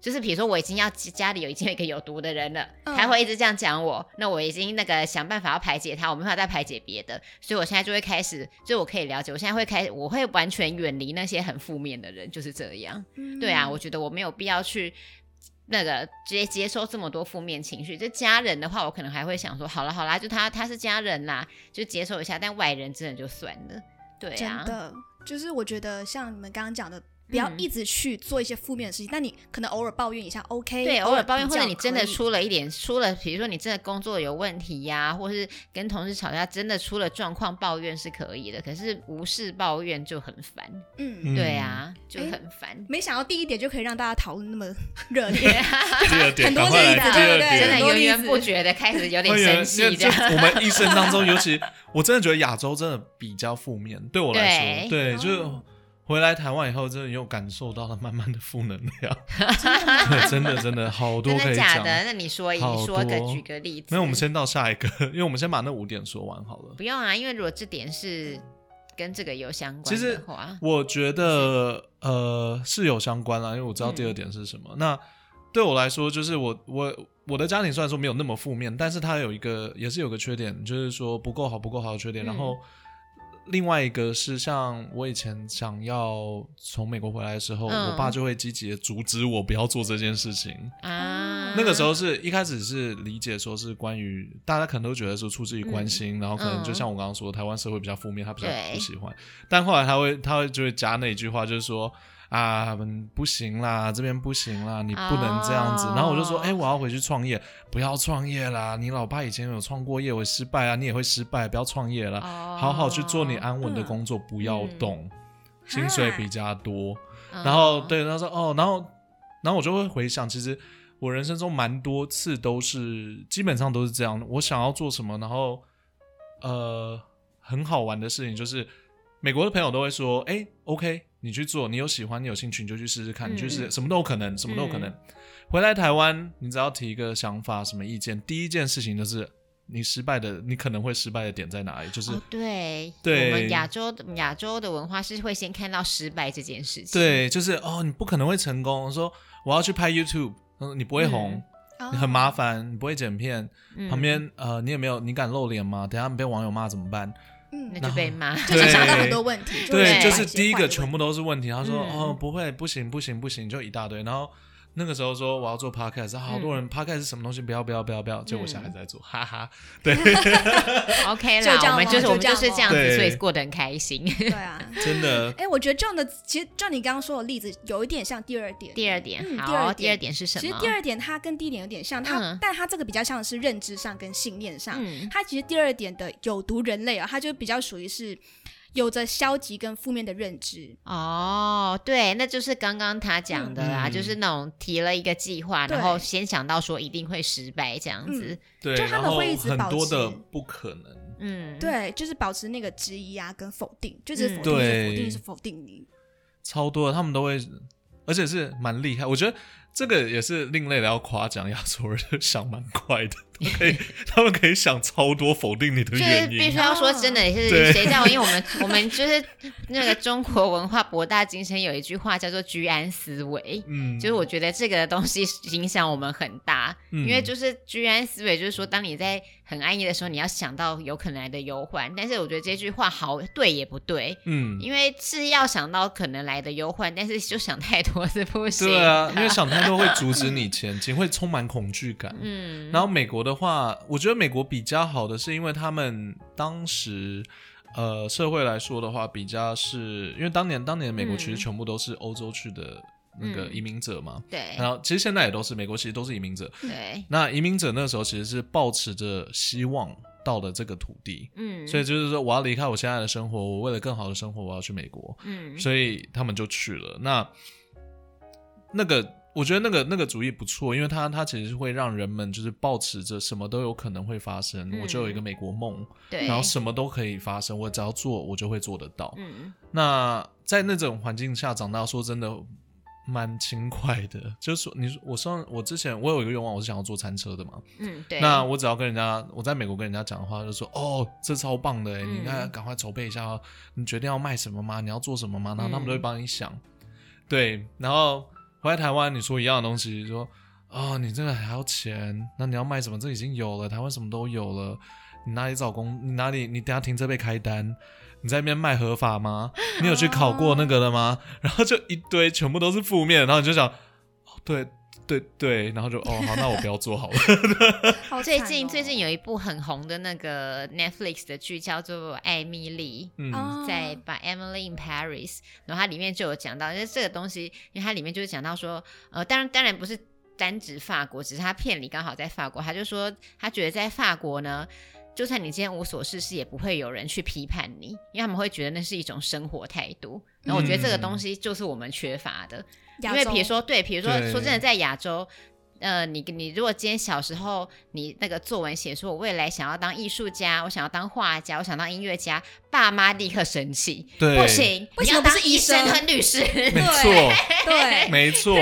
[SPEAKER 2] 就是比如说，我已经要家里有已经有一个有毒的人了，
[SPEAKER 1] 嗯
[SPEAKER 2] 他会一直这样讲我，那我已经那个想办法要排解他，我没办法再排解别的，所以我现在就会开始，就我可以了解，我现在会开，我会完全远离那些很负面的人，就是这样。对啊，
[SPEAKER 1] 嗯
[SPEAKER 2] 我觉得我没有必要去那个直接接收这么多负面情绪。这家人的话，我可能还会想说，好啦好啦，就他他是家人啦，就接受一下。但外人真的就算了，对啊
[SPEAKER 1] 真，的就是我觉得像你们刚刚讲的。不要
[SPEAKER 2] 嗯
[SPEAKER 1] 一直去做一些负面的事情，但你可能偶尔抱怨一下，OK？
[SPEAKER 2] 对，偶尔抱怨，
[SPEAKER 1] 哎比
[SPEAKER 2] 或者
[SPEAKER 1] 较
[SPEAKER 2] 你真
[SPEAKER 1] 可
[SPEAKER 2] 的
[SPEAKER 1] 以
[SPEAKER 2] 出了一点，出了，比如说你真的工作有问题呀、或是跟同事吵架，真的出了状况，抱怨是可以的。可是无视抱怨就很烦，
[SPEAKER 1] 嗯，
[SPEAKER 2] 对啊，就
[SPEAKER 1] 诶
[SPEAKER 2] 很 烦。啊
[SPEAKER 1] 没想到第一点就可以让大家讨论那么热烈，
[SPEAKER 3] 第二点，
[SPEAKER 1] 很多
[SPEAKER 3] 赶快
[SPEAKER 1] 例
[SPEAKER 3] 来
[SPEAKER 1] 子
[SPEAKER 3] 第
[SPEAKER 1] 对
[SPEAKER 3] 二
[SPEAKER 1] 不对很
[SPEAKER 2] 真的
[SPEAKER 3] 点。
[SPEAKER 1] 多
[SPEAKER 2] 源
[SPEAKER 1] 例
[SPEAKER 2] 源
[SPEAKER 1] 子
[SPEAKER 2] 不绝的开始有点
[SPEAKER 3] 会
[SPEAKER 2] 生
[SPEAKER 3] 员
[SPEAKER 2] 气，这
[SPEAKER 3] 这
[SPEAKER 2] 样
[SPEAKER 3] 我们 一生当中，尤其我真的觉得亚洲真的比较负面，对我来说，对，
[SPEAKER 1] 哦
[SPEAKER 3] 就是回来台湾以后，真的又感受到了满满的负能 量，
[SPEAKER 1] 真的吗
[SPEAKER 3] 对，真的真的好多
[SPEAKER 2] 真
[SPEAKER 3] 可
[SPEAKER 2] 的
[SPEAKER 3] 以
[SPEAKER 2] 假
[SPEAKER 3] 讲。
[SPEAKER 2] 的？那你说一，
[SPEAKER 3] 好
[SPEAKER 2] 你说个
[SPEAKER 3] 多
[SPEAKER 2] 举个例子。
[SPEAKER 3] 没有，我们先到下一个，因为我们先把那五点说完好了。
[SPEAKER 2] 不用啊，因为如果这点是跟这个有相
[SPEAKER 3] 其
[SPEAKER 2] 关
[SPEAKER 3] 实
[SPEAKER 2] 的话，
[SPEAKER 3] 我觉得呃是有相关啦，因为我知道第二点是什么。
[SPEAKER 2] 嗯
[SPEAKER 3] 那对我来说，就是我我我的家庭虽然说没有那么负面，但是它有一个也是有个缺点，就是说不够好不够好的缺
[SPEAKER 2] 嗯
[SPEAKER 3] 点。然后另外一个是像我以前想要从美国回来的时候，
[SPEAKER 2] 嗯
[SPEAKER 3] 我爸就会积极的阻止我不要做这件事情。
[SPEAKER 2] 啊，
[SPEAKER 3] 那个时候是一开始是理解说是关于大家可能都觉得是出自于关心，然后可能就像我刚刚说，台湾社会比较负面，他比较
[SPEAKER 2] 嗯对
[SPEAKER 3] 不喜欢。但后来他会他会就会加那一句话，就是说啊、嗯不行啦，这边不行啦，你不能这样子。
[SPEAKER 2] 哦
[SPEAKER 3] 然后我就说，哎、我要回去创业，不要创业啦，你老爸以前有创过业，我失败啊，你也会失败，不要创业啦，
[SPEAKER 2] 哦
[SPEAKER 3] 好好去做你安稳的工作，不要
[SPEAKER 2] 嗯
[SPEAKER 3] 动，薪水
[SPEAKER 1] 哈
[SPEAKER 3] 比较多。
[SPEAKER 2] 嗯
[SPEAKER 3] 然后，对他说哦，然后然后我就会回想，其实我人生中蛮多次都是基本上都是这样，我想要做什么，然后呃很好玩的事情就是美国的朋友都会说，哎、o k 你去做，你有喜欢，你有兴趣，你就去试试看，你去试，
[SPEAKER 2] 嗯
[SPEAKER 3] 什么都有可能，什么都有可能。回来台湾，你只要提一个想法、什么意见，第一件事情就是你失败的，你可能会失败的点在哪里，就是、
[SPEAKER 2] 哦，对，
[SPEAKER 3] 对
[SPEAKER 2] 我们亚洲的亚洲的文化是会先看到失败这件事情。，
[SPEAKER 3] 对，就是哦，你不可能会成功。说我要去拍 YouTube，他说你不会红，
[SPEAKER 1] 哦
[SPEAKER 3] 你很麻烦，你不会剪片，
[SPEAKER 2] 嗯
[SPEAKER 3] 旁边呃，你也没有，你敢露脸吗？等一下被网友骂怎么办？
[SPEAKER 1] 嗯
[SPEAKER 2] 那，就被骂。
[SPEAKER 1] 就
[SPEAKER 3] 对
[SPEAKER 1] 是想到很多问题，
[SPEAKER 3] 对，
[SPEAKER 2] 对
[SPEAKER 3] 就是第一个全
[SPEAKER 1] 全
[SPEAKER 3] 部都是问题。他说、
[SPEAKER 2] 嗯
[SPEAKER 3] 哦，不会，不行，不行，不行，就一大堆。然后那个时候说我要做 podcast，好多人 podcast 是什么东西？不要，不要，不要，不要。结果我现在还在做，哈哈。对，
[SPEAKER 2] OK
[SPEAKER 1] 就
[SPEAKER 2] 啦，
[SPEAKER 1] 这样
[SPEAKER 2] 我们
[SPEAKER 1] 吗
[SPEAKER 2] 就是我
[SPEAKER 1] 就
[SPEAKER 2] 们
[SPEAKER 1] 这样
[SPEAKER 2] 就是这样
[SPEAKER 3] 吗
[SPEAKER 2] 子，
[SPEAKER 3] 对
[SPEAKER 2] 所以过得很开心。
[SPEAKER 1] 对啊。
[SPEAKER 3] 真的，
[SPEAKER 1] 哎，我觉得这样的，其实照你刚刚说的例子，有一点像第二点。
[SPEAKER 2] 第二点，
[SPEAKER 1] 嗯第
[SPEAKER 2] 好，
[SPEAKER 1] 二
[SPEAKER 2] 第二
[SPEAKER 1] 点
[SPEAKER 2] 点是什么？
[SPEAKER 1] 其实第二点它跟第一点有点像，它、
[SPEAKER 2] 嗯
[SPEAKER 1] 但它这个比较像是认知上跟信念上。
[SPEAKER 2] 嗯
[SPEAKER 1] 它其实第二点的有毒人类啊、它就比较属于是有着消极跟负面的认知。
[SPEAKER 2] 哦，对，那就是刚刚他讲的啦，
[SPEAKER 3] 嗯
[SPEAKER 2] 就是那种提了一个计划，
[SPEAKER 1] 对
[SPEAKER 2] 然后先想到说一定会失败这样子，
[SPEAKER 3] 对，
[SPEAKER 1] 就他
[SPEAKER 3] 然
[SPEAKER 1] 们
[SPEAKER 3] 后
[SPEAKER 1] 会一直
[SPEAKER 3] 很
[SPEAKER 1] 保
[SPEAKER 3] 多的
[SPEAKER 1] 持
[SPEAKER 3] 不可能。
[SPEAKER 2] 嗯，
[SPEAKER 1] 对，就是保持那个质疑啊，跟否定，就只是否
[SPEAKER 2] 嗯
[SPEAKER 1] 定，
[SPEAKER 3] 对
[SPEAKER 1] 否定是否定你。
[SPEAKER 3] 超多的，他们都会，而且是蛮厉害。我觉得这个也是另类的，要夸奖亚洲人想蛮快的，他们可以他们可以想超多否定你的
[SPEAKER 2] 就是
[SPEAKER 3] 原
[SPEAKER 2] 必须
[SPEAKER 3] 因。
[SPEAKER 2] 要说真的，也是
[SPEAKER 3] 对
[SPEAKER 2] 谁叫我？因为我 们我们就是那个中国文化博大精深，有一句话叫做“居安思危”，
[SPEAKER 3] 嗯，
[SPEAKER 2] 就是我觉得这个东西影响我们很大，
[SPEAKER 3] 嗯
[SPEAKER 2] 因为就是居安思危，就是说当你在很安逸的时候，你要想到有可能来的忧患。但是我觉得这句话好对也不对，
[SPEAKER 3] 嗯，
[SPEAKER 2] 因为是要想到可能来的忧患，但是就想太多是不行。
[SPEAKER 3] 对啊，因为想太多会阻止你 前进，会充满恐惧感。
[SPEAKER 2] 嗯，
[SPEAKER 3] 然后美国的话，我觉得美国比较好的是，因为他们当时，呃，社会来说的话，比较是因为当年当年美国
[SPEAKER 2] 嗯
[SPEAKER 3] 其实全部都是欧洲去的那个
[SPEAKER 2] 嗯
[SPEAKER 3] 移民者嘛，
[SPEAKER 2] 对嗯
[SPEAKER 3] 然后其实现在也都是美国，其实都是移民者。
[SPEAKER 2] 对，
[SPEAKER 3] 那移民者那时候其实是抱持着希望到了这个土地，
[SPEAKER 2] 嗯，
[SPEAKER 3] 所以就是说我要离开我现在的生活，我为了更好的生活，我要去美国，
[SPEAKER 2] 嗯
[SPEAKER 3] 所以他们就去了。那那个。我觉得那个那个主意不错，因为它它其实是会让人们就是抱持着什么都有可能会发生，
[SPEAKER 2] 嗯
[SPEAKER 3] 我就有一个美国梦，
[SPEAKER 2] 对，
[SPEAKER 3] 然后什么都可以发生，我只要做我就会做得到。
[SPEAKER 2] 嗯
[SPEAKER 3] 那在那种环境下长大，说真的蛮轻快的。就是说，你我上我之前我有一个愿望，我是想要做餐车的嘛。
[SPEAKER 2] 嗯对，
[SPEAKER 3] 那我只要跟人家我在美国跟人家讲的话，就说哦，这超棒的欸，
[SPEAKER 2] 嗯
[SPEAKER 3] 你应该赶快筹备一下哦，你决定要卖什么吗？你要做什么吗？然后他
[SPEAKER 2] 嗯
[SPEAKER 3] 们都会帮你想。对，然后回来台湾，你说一样的东西，说哦，你这个还要钱，那你要卖什么？这已经有了，台湾什么都有了，你哪里找工？你哪里？你等下停车被开单。你在那边卖合法 吗？你有去考过那个了吗？然后就一堆，全部都是负面的，然后你就想，哦，对对对，然后就哦好，那我不要做好了。
[SPEAKER 1] 好
[SPEAKER 2] 最
[SPEAKER 1] 惨
[SPEAKER 2] 近
[SPEAKER 1] 哦
[SPEAKER 2] 最近有一部很红的那个 Netflix 的剧叫做《艾米丽》。
[SPEAKER 3] 嗯，
[SPEAKER 1] 啊
[SPEAKER 2] 在把 Emily in Paris，然后它里面就有讲到，因为这个东西，因为它里面就是讲到说，呃，当然当然不是单指法国，只是他片里刚好在法国，他就说他觉得在法国呢，就算你今天无所事事，也不会有人去批判你，因为他们会觉得那是一种生活态度。然后我觉得这个东西就是我们缺乏的，因
[SPEAKER 1] 亚
[SPEAKER 2] 为
[SPEAKER 1] 洲
[SPEAKER 2] 比如说，对，比如说，
[SPEAKER 3] 对
[SPEAKER 2] 说真的，在亚洲，呃，你你如果今天小时候你那个作文写说，我未来想要当艺术家，我想要当画家，我想当音乐家，爸妈立刻生气，
[SPEAKER 3] 对，
[SPEAKER 2] 不行，
[SPEAKER 1] 为
[SPEAKER 2] 你
[SPEAKER 1] 什
[SPEAKER 2] 要
[SPEAKER 1] 么不
[SPEAKER 2] 当
[SPEAKER 1] 是
[SPEAKER 2] 医
[SPEAKER 1] 医生
[SPEAKER 2] 和律师？
[SPEAKER 3] 没
[SPEAKER 1] 对
[SPEAKER 3] 错，
[SPEAKER 1] 对，
[SPEAKER 3] 没错，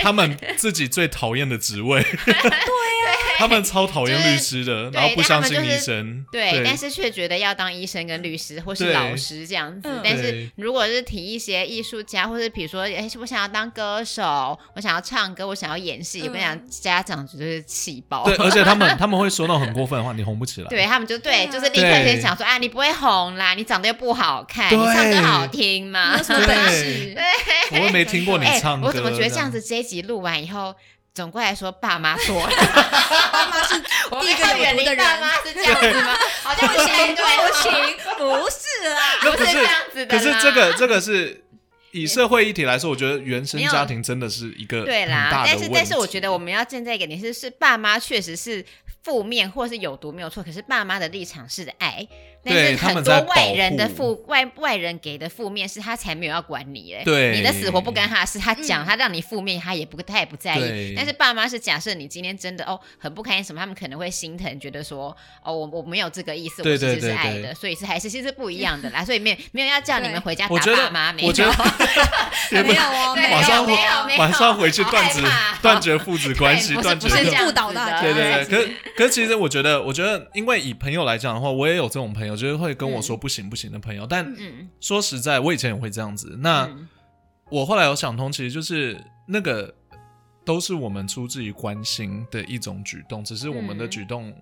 [SPEAKER 3] 他们自己最讨厌的职位，对呀、他们超讨厌律师的，
[SPEAKER 2] 就是
[SPEAKER 3] 然后不相信
[SPEAKER 2] 啊对
[SPEAKER 3] 医生，
[SPEAKER 2] 对，但是却觉得要当医生跟律师或是
[SPEAKER 3] 对
[SPEAKER 2] 老师这样子
[SPEAKER 1] 嗯。
[SPEAKER 2] 但是
[SPEAKER 3] 对
[SPEAKER 2] 如果是提一些艺术家，或是比如说，哎，我想要当歌手，我想要唱歌，我想要演戏，我跟你讲，
[SPEAKER 1] 嗯
[SPEAKER 2] 家长绝对是气爆。
[SPEAKER 3] 对，而且他们 他们会说那种很过分的话，你红不起来，
[SPEAKER 2] 哦对他们就
[SPEAKER 1] 对
[SPEAKER 2] 对，
[SPEAKER 1] 啊
[SPEAKER 2] 就是立刻先想说啊，你不会红啦，你长得又不好看，
[SPEAKER 3] 对
[SPEAKER 2] 你唱歌好听吗
[SPEAKER 1] 没有？什么本事
[SPEAKER 3] 对。我又没听过你
[SPEAKER 2] 哎、
[SPEAKER 3] 唱歌，
[SPEAKER 2] 我怎么觉得这样子这一集录完以后，总归来说爸妈错了，
[SPEAKER 1] 爸妈是
[SPEAKER 2] 我们
[SPEAKER 1] 第一
[SPEAKER 2] 要
[SPEAKER 1] 个
[SPEAKER 2] 远
[SPEAKER 1] 有毒
[SPEAKER 2] 离
[SPEAKER 1] 的
[SPEAKER 2] 爸
[SPEAKER 1] 人，
[SPEAKER 2] 妈是这样子吗？好像不行， 对，
[SPEAKER 1] 不 行，不是啊，
[SPEAKER 3] 那
[SPEAKER 2] 不
[SPEAKER 3] 可
[SPEAKER 2] 是
[SPEAKER 3] 是
[SPEAKER 2] 这样子的
[SPEAKER 3] 可
[SPEAKER 2] 啦。
[SPEAKER 3] 是这个这个是以社会议题来说，我觉得原生
[SPEAKER 2] 没有
[SPEAKER 3] 家庭真的是一个
[SPEAKER 2] 对啦
[SPEAKER 3] 呃很，大的
[SPEAKER 2] 但是但是我
[SPEAKER 3] 问题啊
[SPEAKER 2] 觉得我们要站在一个点是，是爸妈确实是负面或是有毒没有错，可是爸妈的立场是爱，但
[SPEAKER 3] 对
[SPEAKER 2] 是
[SPEAKER 3] 他
[SPEAKER 2] 很
[SPEAKER 3] 们
[SPEAKER 2] 多
[SPEAKER 3] 在
[SPEAKER 2] 外
[SPEAKER 3] 保
[SPEAKER 2] 人的
[SPEAKER 3] 护
[SPEAKER 2] 负外外人给的负面是他才没有要管你嘞，
[SPEAKER 3] 对
[SPEAKER 2] 你的死活不干他的事，他
[SPEAKER 1] 嗯
[SPEAKER 2] 讲、他让你负面，他也不他也不在意
[SPEAKER 3] 对。
[SPEAKER 2] 但是爸妈是假设你今天真的哦很不开心什么，他们可能会心疼，觉得说哦我我没有这个意思，
[SPEAKER 3] 对
[SPEAKER 2] 我其
[SPEAKER 3] 对
[SPEAKER 2] 实是
[SPEAKER 3] 对
[SPEAKER 2] 爱
[SPEAKER 3] 对
[SPEAKER 2] 的，所以是还是其实不一样的啦，所以没有没有要叫你们
[SPEAKER 1] 对
[SPEAKER 2] 回家
[SPEAKER 3] 我
[SPEAKER 2] 打
[SPEAKER 3] 觉
[SPEAKER 2] 爸
[SPEAKER 3] 得
[SPEAKER 2] 妈，没有
[SPEAKER 3] 我觉得 原
[SPEAKER 1] 没
[SPEAKER 3] 本
[SPEAKER 1] 有哦，
[SPEAKER 2] 对
[SPEAKER 1] 没有
[SPEAKER 3] 晚上
[SPEAKER 1] 没有
[SPEAKER 2] 回
[SPEAKER 1] 没有
[SPEAKER 3] 晚上回去
[SPEAKER 2] 好
[SPEAKER 3] 断
[SPEAKER 2] 害
[SPEAKER 3] 绝
[SPEAKER 2] 怕
[SPEAKER 3] 断绝父子关系，
[SPEAKER 2] 对不是
[SPEAKER 3] 断
[SPEAKER 2] 不
[SPEAKER 3] 绝
[SPEAKER 2] 是这样
[SPEAKER 1] 不倒
[SPEAKER 2] 子的
[SPEAKER 1] 大家
[SPEAKER 3] 对
[SPEAKER 1] 啊
[SPEAKER 3] 对对，可可其实我觉得，我觉得，因为以朋友来讲的话，我也有这种朋友，就是会跟我
[SPEAKER 1] 嗯
[SPEAKER 3] 说不行不行的朋友。但
[SPEAKER 2] 嗯
[SPEAKER 3] 说实在，我以前也会这样子。那
[SPEAKER 2] 嗯
[SPEAKER 3] 我后来有想通，其实就是那个都是我们出自于关心的一种举动，只是我们的
[SPEAKER 2] 嗯
[SPEAKER 3] 举动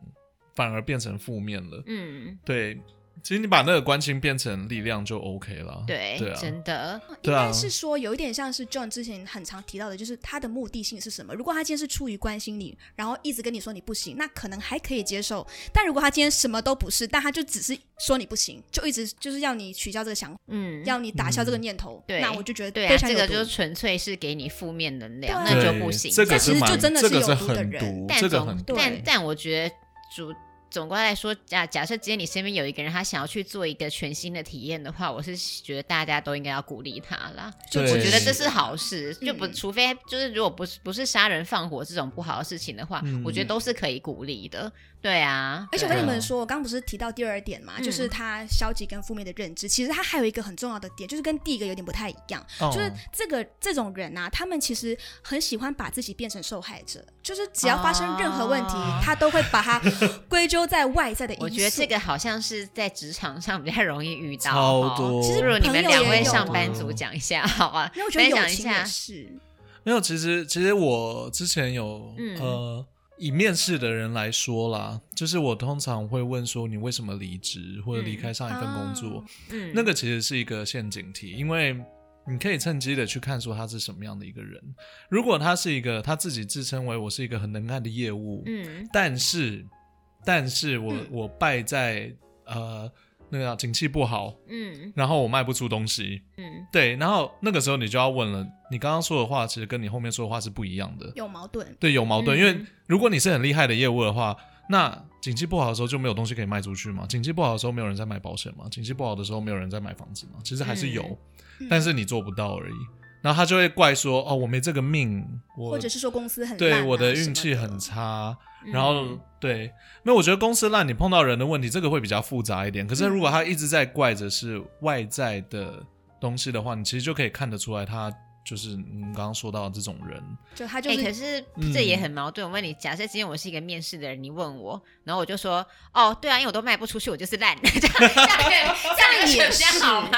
[SPEAKER 3] 反而变成负面了。
[SPEAKER 2] 嗯，
[SPEAKER 3] 对，其实你把那个关心变成力量就 OK 了。
[SPEAKER 2] 对，
[SPEAKER 3] 对啊，
[SPEAKER 2] 真的，
[SPEAKER 1] 应
[SPEAKER 3] 对啊
[SPEAKER 1] 该是说有一点像是 John 之前很常提到的，就是他的目的性是什么。如果他今天是出于关心你，然后一直跟你说你不行，那可能还可以接受。但如果他今天什么都不是，但他就只是说你不行，就一直就是要你取消这个想法，
[SPEAKER 2] 嗯，
[SPEAKER 1] 要你打消这个念头，
[SPEAKER 2] 对
[SPEAKER 1] 那我就觉得
[SPEAKER 2] 对
[SPEAKER 1] 非
[SPEAKER 2] 啊，
[SPEAKER 1] 常
[SPEAKER 2] 这
[SPEAKER 1] 有毒。
[SPEAKER 2] 个就是纯粹是给你负面能量，
[SPEAKER 1] 对
[SPEAKER 2] 那
[SPEAKER 3] 对
[SPEAKER 2] 就不行。
[SPEAKER 3] 这
[SPEAKER 1] 但
[SPEAKER 3] 个
[SPEAKER 1] 其实
[SPEAKER 3] 是蛮
[SPEAKER 1] 就真的
[SPEAKER 3] 这
[SPEAKER 1] 是
[SPEAKER 3] 个
[SPEAKER 1] 有
[SPEAKER 3] 是
[SPEAKER 1] 毒的
[SPEAKER 3] 很
[SPEAKER 1] 人
[SPEAKER 3] 毒，
[SPEAKER 2] 但
[SPEAKER 3] 这个
[SPEAKER 2] 总
[SPEAKER 3] 很毒。
[SPEAKER 2] 但但我觉得主总观来说，假假设今天你身边有一个人，他想要去做一个全新的体验的话，我是觉得大家都应该要鼓励他啦。
[SPEAKER 1] 就
[SPEAKER 3] 对
[SPEAKER 2] 我觉得这是好事，就不
[SPEAKER 1] 嗯
[SPEAKER 2] 除非就是如果不是不是杀人放火这种不好的事情的话，
[SPEAKER 3] 嗯
[SPEAKER 2] 我觉得都是可以鼓励的。对啊，
[SPEAKER 1] 而且我
[SPEAKER 2] 对
[SPEAKER 1] 跟
[SPEAKER 2] 啊
[SPEAKER 1] 你们说，我刚不是提到第二点嘛，
[SPEAKER 2] 嗯
[SPEAKER 1] 就是他消极跟负面的认知。其实他还有一个很重要的点，就是跟第一个有点不太一样，
[SPEAKER 3] 哦
[SPEAKER 1] 就是这个这种人啊，他们其实很喜欢把自己变成受害者，就是只要发生任何问题，
[SPEAKER 2] 哦
[SPEAKER 1] 他都会把 它归咎在外在的因素。
[SPEAKER 2] 我觉得这个好像是在职场上比较容易遇到哦，
[SPEAKER 3] 超多。
[SPEAKER 1] 其实
[SPEAKER 2] 不如你们两位上班
[SPEAKER 3] 朋友也
[SPEAKER 2] 族
[SPEAKER 3] 有
[SPEAKER 2] 讲一下好啊，
[SPEAKER 1] 因为我觉得
[SPEAKER 2] 分
[SPEAKER 1] 友
[SPEAKER 2] 享一
[SPEAKER 1] 情
[SPEAKER 2] 下
[SPEAKER 1] 也。是，
[SPEAKER 3] 没有，其实其实我之前有、
[SPEAKER 2] 嗯
[SPEAKER 3] 呃，以面试的人来说啦，就是我通常会问说你为什么离职或者离开上一份工作，
[SPEAKER 1] 啊
[SPEAKER 2] 嗯，
[SPEAKER 3] 那个其实是一个陷阱题，因为。你可以趁机的去看说他是什么样的一个人。如果他是一个他自己自称为我是一个很能干的业务，
[SPEAKER 2] 嗯
[SPEAKER 3] 但是，但是我、
[SPEAKER 1] 嗯
[SPEAKER 3] 我败在呃那个叫景气不好，
[SPEAKER 2] 嗯
[SPEAKER 3] 然后我卖不出东西，
[SPEAKER 2] 嗯
[SPEAKER 3] 对，然后那个时候你就要问了，你刚刚说的话其实跟你后面说的话是不一样的，
[SPEAKER 1] 有矛盾。
[SPEAKER 3] 对，有矛盾。
[SPEAKER 2] 嗯
[SPEAKER 3] 因为如果你是很厉害的业务的话，那景气不好的时候就没有东西可以卖出去嘛，景气不好的时候没有人在买保险嘛，景气不好的时候没有人在买房子嘛，其实还是有，
[SPEAKER 1] 嗯
[SPEAKER 3] 但是你做不到而已。然后他就会怪说，哦，我没这个命，我
[SPEAKER 1] 或者是说公司很烂
[SPEAKER 3] 对
[SPEAKER 1] 啊
[SPEAKER 3] 我的
[SPEAKER 1] 什么
[SPEAKER 3] 运气
[SPEAKER 1] 的
[SPEAKER 3] 很差，
[SPEAKER 2] 嗯
[SPEAKER 3] 然后、对，那我觉得公司让你碰到人的问题，这个会比较复杂一点。可是如果他一直在怪着是外在的东西的话，你其实就可以看得出来，他就是你刚刚说到的这种人。
[SPEAKER 1] 就他就
[SPEAKER 2] 哎、
[SPEAKER 1] 是
[SPEAKER 2] 可是
[SPEAKER 3] 嗯
[SPEAKER 2] 这也很矛盾。我问你，假设今天我是一个面试的人，你问我，然后我就说，哦，对啊，因为我都卖不出去，我就是烂， 这样这样这样也比较好吗？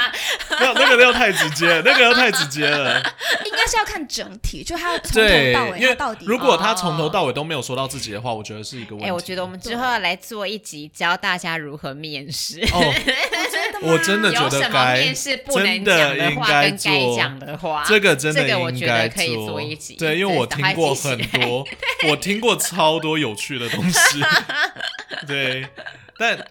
[SPEAKER 3] 没有那个又太直接，那个又太直接了。
[SPEAKER 1] 应该是要看整体，就他要从头
[SPEAKER 3] 对
[SPEAKER 1] 到，尾，
[SPEAKER 3] 因
[SPEAKER 1] 他
[SPEAKER 3] 为
[SPEAKER 1] 到底
[SPEAKER 3] 如果他从头到尾都没有说到自己的话，我觉得是一个问
[SPEAKER 2] 哎、
[SPEAKER 3] 题。
[SPEAKER 2] 我觉得我们之后要来做一集，教大家如何面试。
[SPEAKER 3] 哦，
[SPEAKER 1] 真的吗？
[SPEAKER 3] 我真的觉
[SPEAKER 2] 有
[SPEAKER 3] 得
[SPEAKER 2] 什么
[SPEAKER 3] 该
[SPEAKER 2] 面试不能
[SPEAKER 3] 真的
[SPEAKER 2] 讲的话，
[SPEAKER 3] 应该
[SPEAKER 2] 跟该
[SPEAKER 3] 做
[SPEAKER 2] 讲的话，
[SPEAKER 3] 这个真的
[SPEAKER 2] 这个我
[SPEAKER 3] 应
[SPEAKER 2] 觉
[SPEAKER 3] 该
[SPEAKER 2] 得可以做一集
[SPEAKER 3] 对，因为
[SPEAKER 2] 对
[SPEAKER 3] 我
[SPEAKER 2] 赶
[SPEAKER 3] 听
[SPEAKER 2] 快
[SPEAKER 3] 过
[SPEAKER 2] 记起
[SPEAKER 3] 很
[SPEAKER 2] 来
[SPEAKER 3] 多， 我听过超多有趣的东西。对，但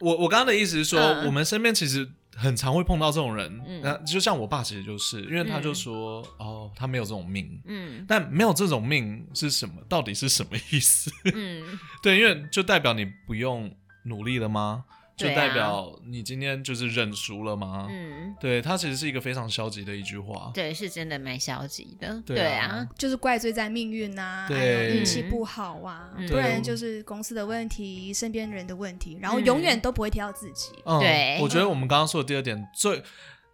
[SPEAKER 3] 我我刚刚的意思是说，
[SPEAKER 2] 嗯
[SPEAKER 3] 我们身边其实很常会碰到这种人。
[SPEAKER 2] 嗯
[SPEAKER 3] 那、就像我爸其实就是，因为他就
[SPEAKER 2] 嗯
[SPEAKER 3] 说、哦，他没有这种命。
[SPEAKER 2] 嗯
[SPEAKER 3] 但没有这种命是什么？到底是什么意思？
[SPEAKER 2] 嗯，
[SPEAKER 3] 对，因为就代表你不用努力了吗？就
[SPEAKER 2] 对啊
[SPEAKER 3] 代表你今天就是认输了吗？
[SPEAKER 2] 嗯，
[SPEAKER 3] 对，他其实是一个非常消极的一句话。
[SPEAKER 2] 对，是真的蛮消极的，
[SPEAKER 3] 对
[SPEAKER 2] 对
[SPEAKER 3] 啊
[SPEAKER 2] 啊，
[SPEAKER 1] 就是怪罪在命运呐、
[SPEAKER 3] 对
[SPEAKER 1] 还有运气
[SPEAKER 2] 嗯
[SPEAKER 1] 不好啊，
[SPEAKER 2] 嗯
[SPEAKER 1] 不然
[SPEAKER 3] 对
[SPEAKER 1] 就是公司的问题、身边人的问题，然后
[SPEAKER 2] 嗯
[SPEAKER 1] 永远都不会提到自己。
[SPEAKER 3] 嗯
[SPEAKER 2] 对
[SPEAKER 3] 我觉得我们刚刚说的第二点最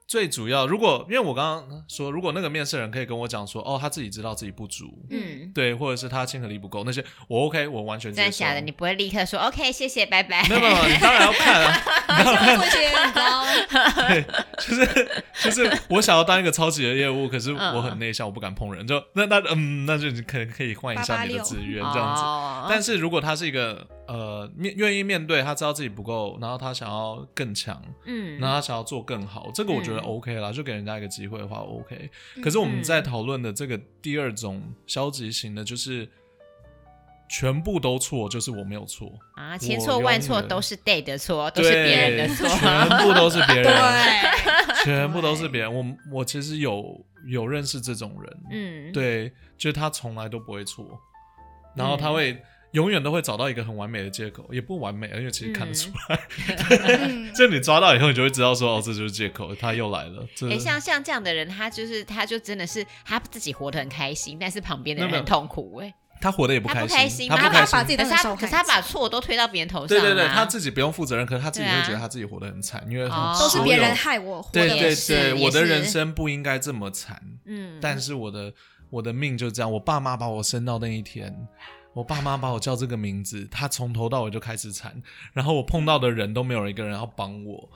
[SPEAKER 3] 最主要，如果因为我刚刚说，如果那个面试人可以跟我讲说，哦，他自己知道自己不足，
[SPEAKER 2] 嗯。
[SPEAKER 3] 对，或者是他亲和力不够，那些我 OK，我完全接
[SPEAKER 2] 真的
[SPEAKER 3] 受。
[SPEAKER 2] 假的？你不会立刻说 OK，谢谢，拜拜。
[SPEAKER 3] 没有没有，没有你当然要 看啊，
[SPEAKER 1] 还是要做一些你知 道，
[SPEAKER 3] 对，就是就是我想要当一个超级的业务，可是我
[SPEAKER 2] 嗯
[SPEAKER 3] 很内向，我不敢碰人，就那那嗯，那就你可能可以换一下你的
[SPEAKER 1] 886
[SPEAKER 3] 资源这样子。
[SPEAKER 2] 哦
[SPEAKER 3] 但是如果他是一个呃面愿意面对，他知道自己不够，然后他想要更强，
[SPEAKER 2] 嗯，
[SPEAKER 3] 那他想要做更好，这个我觉得
[SPEAKER 2] 嗯
[SPEAKER 3] OK 啦，就给人家一个机会的话 OK。
[SPEAKER 1] 嗯
[SPEAKER 3] 可是我们在讨论的这个第二种消极型的，就是全部都错，就是我没有错，
[SPEAKER 2] 啊，千错万错都是 day 的错，都
[SPEAKER 3] 对，
[SPEAKER 2] 是别人的错。
[SPEAKER 3] 全部都是别人，
[SPEAKER 1] 对，
[SPEAKER 3] 全部都是别人。我我其实有有认识这种人，
[SPEAKER 2] 嗯，
[SPEAKER 3] 对，就是他从来都不会错，然后他会永远都会找到一个很完美的借口，也不完美，而且其实看得出来。
[SPEAKER 1] 嗯，
[SPEAKER 3] 就你抓到以后，你就会知道说，哦，这就是借口，他又来了。这
[SPEAKER 2] 哎、像像这样的人，他就是他就真的是他自己活得很开心，但是旁边的人
[SPEAKER 3] 没有
[SPEAKER 2] 很
[SPEAKER 3] 没
[SPEAKER 2] 痛苦哎、
[SPEAKER 3] 他活得也不
[SPEAKER 2] 他
[SPEAKER 3] 开
[SPEAKER 2] 不开心
[SPEAKER 3] 他
[SPEAKER 2] 吗
[SPEAKER 3] 不
[SPEAKER 1] 他
[SPEAKER 3] 开
[SPEAKER 1] 他把
[SPEAKER 3] 心
[SPEAKER 1] 自。己
[SPEAKER 2] 可
[SPEAKER 1] 当成
[SPEAKER 2] 是他
[SPEAKER 1] 受
[SPEAKER 2] 可
[SPEAKER 1] 害
[SPEAKER 2] 是他
[SPEAKER 1] 者
[SPEAKER 2] 把错都推到别人头上、
[SPEAKER 3] 对
[SPEAKER 2] 啊，
[SPEAKER 3] 对对，他自己不用负责任，可是他自己
[SPEAKER 2] 对啊
[SPEAKER 3] 会觉得他自己活得很惨，因为
[SPEAKER 2] 哦
[SPEAKER 1] 都是别
[SPEAKER 3] 所有
[SPEAKER 1] 人害我活
[SPEAKER 3] 对
[SPEAKER 1] 得
[SPEAKER 3] 对
[SPEAKER 2] 也是
[SPEAKER 3] 对，
[SPEAKER 2] 也
[SPEAKER 3] 我的
[SPEAKER 2] 是
[SPEAKER 3] 人生不应该这么惨，
[SPEAKER 2] 嗯，
[SPEAKER 3] 但是我的我的命就这样，我爸妈把我生到那一天，我爸妈把我叫这个名字，他从头到尾就开始惨，然后我碰到的人都没有一个人要帮我，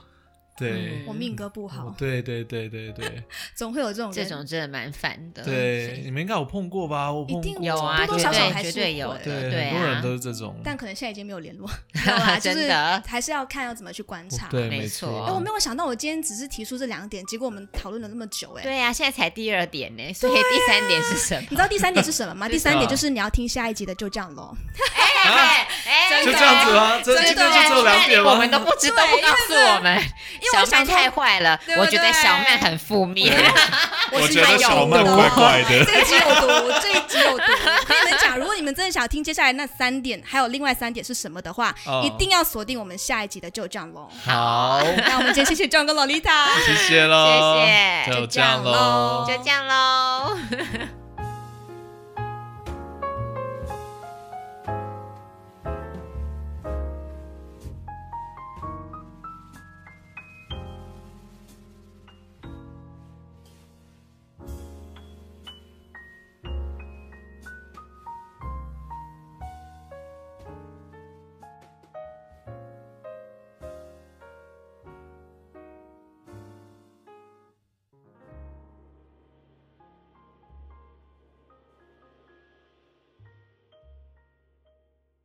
[SPEAKER 3] 对
[SPEAKER 2] 嗯，
[SPEAKER 1] 我命格不好，
[SPEAKER 3] 对对对 对对
[SPEAKER 1] 总会有这种
[SPEAKER 2] 这
[SPEAKER 1] 人。
[SPEAKER 2] 种真的蛮烦的。
[SPEAKER 3] 对，
[SPEAKER 2] 嗯
[SPEAKER 3] 你们应该有碰过吧？我碰
[SPEAKER 1] 一定
[SPEAKER 3] 过
[SPEAKER 2] 有啊，
[SPEAKER 1] 多多
[SPEAKER 2] 绝
[SPEAKER 1] 少少
[SPEAKER 2] 对
[SPEAKER 1] 还是
[SPEAKER 2] 绝对有
[SPEAKER 1] 会
[SPEAKER 2] 的，
[SPEAKER 3] 对，
[SPEAKER 2] 对
[SPEAKER 3] 很多人
[SPEAKER 2] 啊，
[SPEAKER 3] 都是这种，
[SPEAKER 1] 但可能现在已经没有联 络，没有啦，就
[SPEAKER 2] 真
[SPEAKER 1] 是
[SPEAKER 2] 的
[SPEAKER 1] 还是要看要怎么去观察。
[SPEAKER 3] 对，
[SPEAKER 2] 没
[SPEAKER 3] 没
[SPEAKER 2] 错
[SPEAKER 3] 错
[SPEAKER 1] 哎、
[SPEAKER 2] 啊
[SPEAKER 1] 我没有想到，我今天只是提出这两点，结果我们讨论了那么久、哎，
[SPEAKER 2] 对啊，现在才第二点呢，所以
[SPEAKER 1] 啊
[SPEAKER 2] 第三点是什么？
[SPEAKER 1] 你知道第三点是什 么吗？
[SPEAKER 2] 是
[SPEAKER 1] 第三
[SPEAKER 3] 什么
[SPEAKER 1] 点就是你要听下一集的，就这样咯。
[SPEAKER 2] 哎哎
[SPEAKER 3] 就这样子吗？这
[SPEAKER 1] 真的
[SPEAKER 3] 今天就这两点
[SPEAKER 2] 我
[SPEAKER 3] 吗？
[SPEAKER 2] 们都不知道，不告诉啊我们。
[SPEAKER 1] 因为
[SPEAKER 2] 小
[SPEAKER 1] 我想
[SPEAKER 2] 曼
[SPEAKER 1] 说
[SPEAKER 2] 太坏了，
[SPEAKER 1] 对不
[SPEAKER 2] 我觉得
[SPEAKER 1] 对
[SPEAKER 2] 小曼很负 面。
[SPEAKER 3] 我
[SPEAKER 1] 是
[SPEAKER 3] 觉
[SPEAKER 1] 蛮
[SPEAKER 3] 得
[SPEAKER 1] 有
[SPEAKER 3] 小曼
[SPEAKER 1] 毒
[SPEAKER 3] 怪怪的。
[SPEAKER 1] 这一集有毒，这一集有毒。我跟你们讲，如果你们真的想听接下来那三点，还有另外三点是什么的话，
[SPEAKER 3] 哦
[SPEAKER 1] 一定要锁定我们下一集的就这样咯。
[SPEAKER 3] 好，
[SPEAKER 1] 那我们今天谢谢 John 跟 Lolita。
[SPEAKER 3] 谢谢喽，
[SPEAKER 2] 谢谢
[SPEAKER 3] 就这样喽，
[SPEAKER 2] 就这样喽。